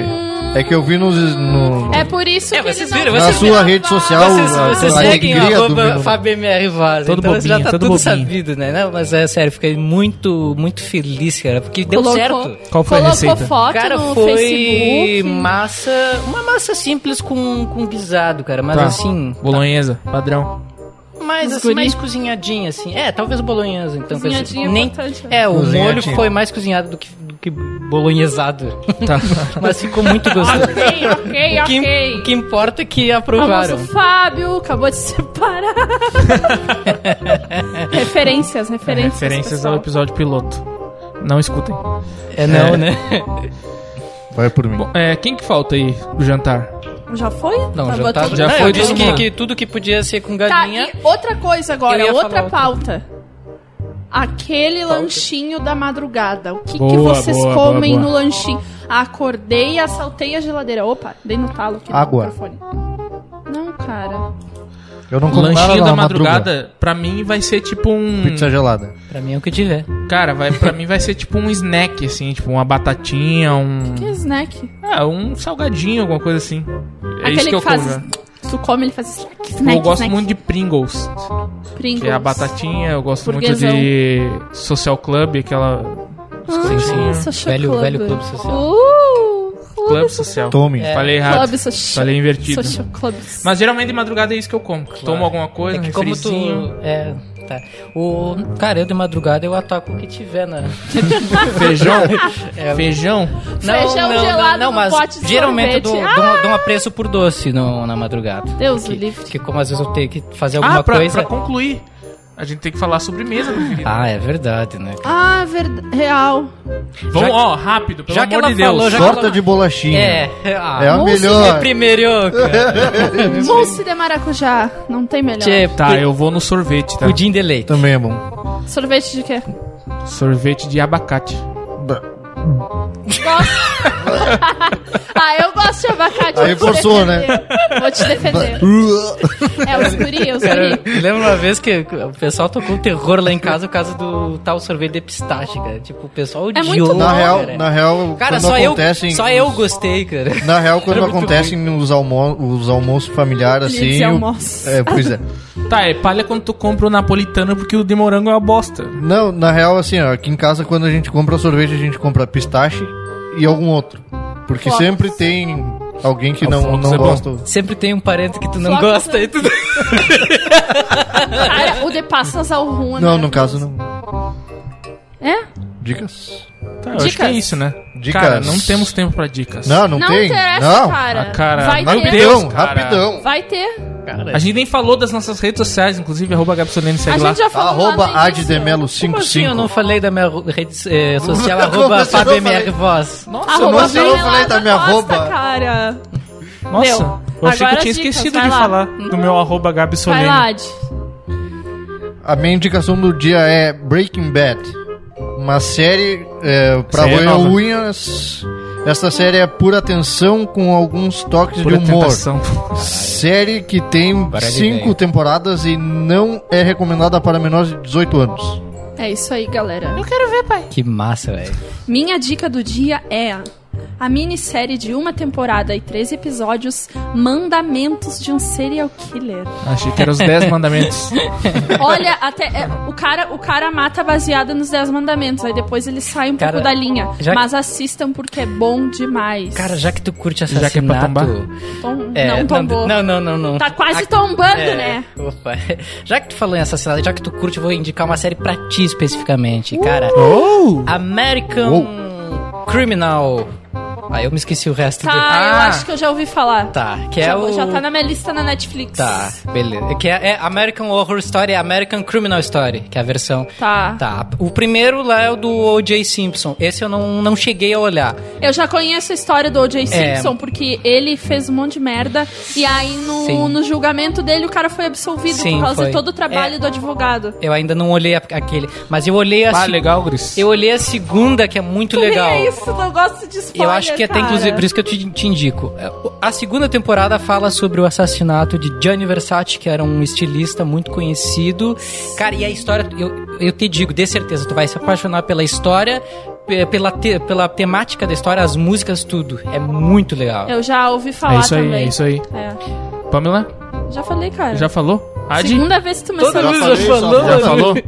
Speaker 4: É que eu vi nos. no-
Speaker 3: É por isso
Speaker 1: É,
Speaker 3: que
Speaker 1: vocês
Speaker 3: ele
Speaker 1: viram,
Speaker 3: não
Speaker 1: vocês
Speaker 4: na sua
Speaker 1: viram.
Speaker 4: rede social.
Speaker 1: Vocês,
Speaker 4: a-
Speaker 1: vocês
Speaker 4: a
Speaker 1: seguem
Speaker 4: alegria do
Speaker 1: arroba
Speaker 4: meu-
Speaker 1: FabMR Vaz,
Speaker 2: Todo
Speaker 1: então já
Speaker 2: bobinho,
Speaker 1: tá
Speaker 2: todo
Speaker 1: tudo
Speaker 2: bobinho.
Speaker 1: sabido, né? Não, mas é sério, fiquei muito, muito feliz, cara, porque deu certo.
Speaker 2: Qual foi a
Speaker 3: colocou
Speaker 2: receita?
Speaker 1: O
Speaker 3: foto
Speaker 1: cara
Speaker 3: no
Speaker 1: foi
Speaker 3: Facebook.
Speaker 1: massa, uma massa simples com, com guisado, cara, mas
Speaker 2: Tá.
Speaker 1: assim,
Speaker 2: Bolonhesa, padrão.
Speaker 1: mais,
Speaker 3: Os
Speaker 1: assim,
Speaker 3: guri.
Speaker 1: mais cozinhadinha, assim. É, talvez bolonhesa, então. que eu-
Speaker 3: Cozinhadinha é
Speaker 1: nem,
Speaker 3: importante, né?
Speaker 1: É, o
Speaker 4: Cozinhadinha.
Speaker 1: molho foi mais cozinhado do que, do que bolonhesado,
Speaker 2: Tá.
Speaker 1: mas ficou muito gostoso.
Speaker 3: Ok, ok,
Speaker 1: O que,
Speaker 3: ok.
Speaker 1: o que importa é que aprovaram.
Speaker 3: Famoso Fábio acabou de se separar. referências, referências.
Speaker 2: Referências
Speaker 3: pessoal.
Speaker 2: ao episódio piloto. Não escutem.
Speaker 1: É não,
Speaker 2: É.
Speaker 1: né?
Speaker 4: Vai por mim.
Speaker 2: Bom, é, quem que falta aí do jantar?
Speaker 3: Já foi?
Speaker 1: Não,
Speaker 3: Tá
Speaker 1: já
Speaker 3: botando-
Speaker 1: tá.
Speaker 2: já
Speaker 1: Já
Speaker 2: foi
Speaker 1: Eu disse
Speaker 2: todo
Speaker 1: que,
Speaker 2: mundo.
Speaker 1: que tudo que podia ser com
Speaker 3: Tá,
Speaker 1: galinha.
Speaker 3: e outra coisa
Speaker 1: Eu
Speaker 3: agora,
Speaker 1: ia
Speaker 3: outra
Speaker 1: falar
Speaker 3: pauta. Aquele lanchinho da madrugada. O que, que
Speaker 2: Boa,
Speaker 3: vocês
Speaker 2: boa,
Speaker 3: comem
Speaker 2: boa, boa.
Speaker 3: no lanchinho? Acordei e assaltei a geladeira. Opa, dei no talo aqui no
Speaker 4: Água.
Speaker 3: microfone. Não, cara.
Speaker 4: Eu não como nada
Speaker 2: Lanchinho
Speaker 4: na
Speaker 2: da madrugada, pra mim vai ser tipo
Speaker 1: hum.
Speaker 2: um.
Speaker 4: Pizza gelada.
Speaker 1: Pra mim é o que tiver.
Speaker 2: Cara, vai, pra mim vai ser tipo um snack, assim, tipo uma batatinha, um.
Speaker 3: Que snack.
Speaker 2: Ah, um salgadinho, alguma coisa assim. É
Speaker 3: Aquele
Speaker 2: isso que eu
Speaker 3: faz.
Speaker 2: como. né?
Speaker 3: Tu come, ele faz snack, snack.
Speaker 2: eu gosto
Speaker 3: snack.
Speaker 2: muito de Pringles,
Speaker 3: Pringles.
Speaker 2: que é a batatinha, eu gosto
Speaker 3: Burguesão.
Speaker 2: muito de Social Club, aquela.
Speaker 3: Ah,
Speaker 2: Sim, sim.
Speaker 3: social
Speaker 1: Velho-
Speaker 3: club.
Speaker 1: velho clube social.
Speaker 3: Uh, clube,
Speaker 2: Club Social.
Speaker 4: Tome.
Speaker 1: É.
Speaker 2: Falei errado.
Speaker 3: club social.
Speaker 2: Falei invertido.
Speaker 3: Social club.
Speaker 2: Mas geralmente de madrugada é isso que eu como. Tomo alguma coisa,
Speaker 1: é
Speaker 2: um
Speaker 1: que como tu.
Speaker 2: refrizinho.
Speaker 1: É, Tá. O, cara, eu de madrugada eu ataco o que tiver na.
Speaker 5: Feijão?
Speaker 1: É,
Speaker 5: Feijão?
Speaker 3: Feijão gelado no pote de
Speaker 1: geralmente eu dou,
Speaker 3: sorvete. Ah!
Speaker 1: dou, dou um apreço por doce no, na madrugada.
Speaker 3: Deus o
Speaker 1: que,
Speaker 3: livre.
Speaker 1: que como às vezes eu tenho que fazer alguma
Speaker 2: Ah, pra,
Speaker 1: coisa.
Speaker 2: pra concluir, a gente tem que falar sobre mesa, preferida.
Speaker 1: Ah, é verdade, né?
Speaker 3: Ah, verdade. Real.
Speaker 2: Vamos,
Speaker 1: já-
Speaker 2: ó, rápido, pelo
Speaker 1: já que
Speaker 2: amor
Speaker 1: ela
Speaker 2: de Deus.
Speaker 1: falou, já-
Speaker 4: Torta de bolachinha.
Speaker 1: É, ah,
Speaker 4: É a
Speaker 1: mousse
Speaker 4: melhor.
Speaker 1: de primeiro, cara.
Speaker 2: É,
Speaker 3: Mousse de maracujá. Não tem melhor.
Speaker 1: Tchê,
Speaker 2: Tá,
Speaker 1: Tipo, pu-
Speaker 2: eu vou no sorvete, tá?
Speaker 1: Pudim de leite.
Speaker 4: Também é bom.
Speaker 3: Sorvete de quê?
Speaker 2: Sorvete de abacate.
Speaker 4: Ba-
Speaker 3: Gosto. ah, eu gosto de abacate.
Speaker 4: Aí
Speaker 3: vou te
Speaker 4: forçou, né?
Speaker 3: defender. Vou te defender. É, eu escuri, eu escuri.
Speaker 1: Lembra uma vez que o pessoal tocou um terror lá em casa por causa do tal sorvete de pistache, cara. Tipo, o pessoal
Speaker 3: É
Speaker 1: odiou.
Speaker 3: muito bom,
Speaker 4: Na real,
Speaker 1: cara.
Speaker 4: na real,
Speaker 1: Cara,
Speaker 4: quando
Speaker 1: só eu,
Speaker 4: acontecem.
Speaker 1: só eu gostei, cara.
Speaker 4: Na real, quando
Speaker 1: Era muito
Speaker 4: acontecem os, almo os almoços familiares
Speaker 3: Ia
Speaker 4: assim.
Speaker 3: dizer
Speaker 4: o-
Speaker 3: almoço.
Speaker 4: É, pois é.
Speaker 2: Tá, é palha quando tu compra o napolitano porque o de morango é uma bosta.
Speaker 4: Não, na real, assim, ó, aqui em casa quando a gente compra sorvete, a gente compra pistache e algum outro. Porque
Speaker 3: Flocos.
Speaker 4: sempre tem alguém que
Speaker 2: Ah,
Speaker 4: não,
Speaker 2: flocos
Speaker 4: não
Speaker 2: é bom.
Speaker 4: gosta.
Speaker 1: Sempre tem um parente que tu não
Speaker 3: Flocos,
Speaker 1: gosta
Speaker 3: né?
Speaker 1: e tu...
Speaker 3: Cara, o de passas ao rum é
Speaker 4: Não, no
Speaker 3: maravilhoso.
Speaker 4: caso não.
Speaker 3: É?
Speaker 4: Dicas?
Speaker 2: Tá, eu acho que é
Speaker 3: Dicas.
Speaker 2: isso, né?
Speaker 4: Dicas.
Speaker 2: Cara, não temos tempo pra dicas.
Speaker 4: Não, não,
Speaker 3: Não,
Speaker 4: tem.
Speaker 3: interessa,
Speaker 4: não.
Speaker 3: cara.
Speaker 2: Ah, cara,
Speaker 3: Vai
Speaker 2: mas
Speaker 3: ter.
Speaker 2: Deus,
Speaker 4: Rapidão,
Speaker 2: cara.
Speaker 4: rapidão.
Speaker 3: Vai ter.
Speaker 2: A gente nem falou das nossas redes sociais, inclusive, arroba Gabsolene,
Speaker 3: A
Speaker 2: segue lá.
Speaker 3: gente já falou
Speaker 4: Arroba
Speaker 3: lá no início.
Speaker 1: Como assim eu
Speaker 4: Admelo55.
Speaker 1: não falei da minha rede eh, social,
Speaker 4: Como
Speaker 1: arroba
Speaker 4: você não
Speaker 1: Fábio MR
Speaker 4: falei?
Speaker 1: Voz?
Speaker 2: Nossa,
Speaker 4: eu
Speaker 3: Arroba
Speaker 4: não sei, eu falei da minha
Speaker 3: Costa,
Speaker 4: arroba.
Speaker 3: cara.
Speaker 2: nossa.
Speaker 3: Meu,
Speaker 2: eu achei que eu
Speaker 3: agora
Speaker 2: tinha
Speaker 3: as dicas,
Speaker 2: esquecido
Speaker 3: vai
Speaker 2: de
Speaker 3: lá.
Speaker 2: falar do meu arroba
Speaker 3: Vai lá,
Speaker 2: Gabsolene.
Speaker 3: Ad.
Speaker 4: A minha indicação do dia é Breaking Bad. Uma série é, pra
Speaker 2: Série
Speaker 4: roer
Speaker 2: nova.
Speaker 4: unhas. Essa série é pura atenção com alguns toques
Speaker 2: Pura
Speaker 4: de humor.
Speaker 2: tentação.
Speaker 4: Série que tem
Speaker 1: Para de
Speaker 4: cinco
Speaker 1: ideia.
Speaker 4: temporadas e não é recomendada para menores de 18 anos.
Speaker 3: É isso aí, galera.
Speaker 1: Que massa, velho.
Speaker 3: Minha dica do dia é a minissérie de uma temporada e três episódios Mandamentos de um Serial Killer.
Speaker 2: Achei que eram os 10 mandamentos.
Speaker 3: Olha, até é, o cara, o cara mata baseado nos Dez Mandamentos, aí depois ele sai um
Speaker 1: Cara,
Speaker 3: pouco da linha.
Speaker 1: já que-
Speaker 3: Mas assistam porque é bom demais.
Speaker 1: Cara, já que tu curte
Speaker 2: Já que é pra
Speaker 1: assassinato...
Speaker 3: Tom-
Speaker 1: É,
Speaker 3: não tombou.
Speaker 1: Não, não, não, não.
Speaker 3: Tá quase tombando,
Speaker 1: É,
Speaker 3: né?
Speaker 1: opa. Já que tu falou em assassinato, já que tu curte, eu vou indicar uma série pra ti especificamente, cara.
Speaker 2: Oh!
Speaker 1: American Criminal. Aí eu me esqueci o resto
Speaker 3: Tá,
Speaker 1: do...
Speaker 3: eu
Speaker 2: Ah.
Speaker 3: acho que eu já ouvi falar.
Speaker 1: Tá, que é
Speaker 3: já,
Speaker 1: o...
Speaker 3: já tá na minha lista na Netflix.
Speaker 1: Tá, beleza. Que é, é American Horror Story e American Criminal Story, que é a versão...
Speaker 3: Tá.
Speaker 1: Tá, o primeiro lá é o do O.J. Simpson. Esse eu não, não cheguei a olhar.
Speaker 3: Eu já conheço a história do O.J.
Speaker 1: É.
Speaker 3: Simpson, porque ele fez um monte de merda. E aí, no,
Speaker 1: Sim.
Speaker 3: no julgamento dele, o cara foi absolvido
Speaker 1: Sim,
Speaker 3: por causa
Speaker 1: foi.
Speaker 3: de todo o trabalho
Speaker 1: É.
Speaker 3: do advogado.
Speaker 1: Eu ainda não olhei a- aquele. Mas eu olhei a,
Speaker 2: Ah,
Speaker 1: se-
Speaker 2: legal, Gris.
Speaker 1: eu olhei a segunda, que é muito legal.
Speaker 3: É isso, não gosto de spoiler,
Speaker 1: Eu acho que até,
Speaker 3: cara.
Speaker 1: inclusive, por isso que eu te, te indico. É, A segunda temporada fala sobre o assassinato de Gianni Versace, que era um estilista muito conhecido. Cara, e a história, eu, eu te digo, de certeza, tu vai se apaixonar pela história, pe- pela, te- pela temática da história, as músicas, tudo. É muito legal.
Speaker 3: Eu já ouvi
Speaker 2: É
Speaker 3: falar
Speaker 2: isso aí,
Speaker 3: também.
Speaker 2: é isso aí.
Speaker 3: É.
Speaker 2: Pamela,
Speaker 3: Já falei, cara.
Speaker 2: já Ah, falou? Adi?
Speaker 3: Segunda vez que tu me
Speaker 1: Toda
Speaker 3: sabe.
Speaker 1: vez
Speaker 4: falei,
Speaker 1: já
Speaker 4: só
Speaker 1: falou,
Speaker 2: Já
Speaker 1: né?
Speaker 2: falou?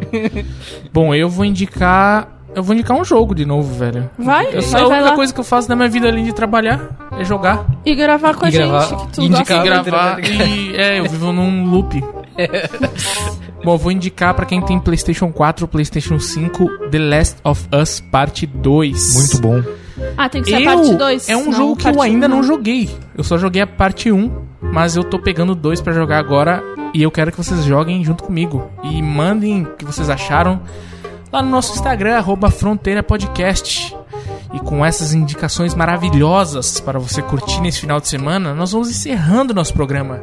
Speaker 2: Bom, eu vou indicar. Eu vou indicar um jogo de novo, velho.
Speaker 3: Vai,
Speaker 2: Eu só
Speaker 3: vai,
Speaker 2: a
Speaker 3: vai
Speaker 2: única
Speaker 3: lá.
Speaker 2: coisa que eu faço na minha vida além de trabalhar é jogar.
Speaker 3: E gravar com
Speaker 1: E
Speaker 3: a
Speaker 1: gravar,
Speaker 3: gente, que tu
Speaker 1: e
Speaker 3: gosta.
Speaker 1: indicar-
Speaker 2: E
Speaker 1: Tá,
Speaker 2: gravar
Speaker 1: muito legal.
Speaker 2: e. É, eu vivo num loop. Bom, eu vou indicar pra quem tem PlayStation 4, PlayStation 5, The Last of Us Parte 2.
Speaker 4: Muito bom.
Speaker 3: Ah, tem que ser
Speaker 2: Eu,
Speaker 3: a parte 2.
Speaker 2: é um jogo que eu ainda não joguei. Eu só joguei a parte 1, mas eu tô pegando dois pra jogar agora e eu quero que vocês joguem junto comigo e mandem o que vocês acharam lá no nosso Instagram arroba Fronteira Podcast. E com essas indicações maravilhosas para você curtir nesse final de semana, nós vamos encerrando nosso programa.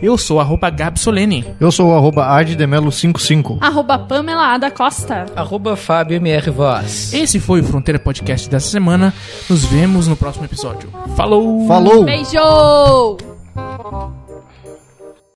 Speaker 2: Eu sou arroba Gabi Solene.
Speaker 4: Eu sou o arroba Admelo55.
Speaker 3: Arroba Pamela Ada Costa.
Speaker 1: Arroba Fábio MR Voz.
Speaker 2: Esse foi o Fronteira Podcast dessa semana. Oh. Nos vemos no próximo episódio. Falou!
Speaker 4: Falou!
Speaker 3: Beijo!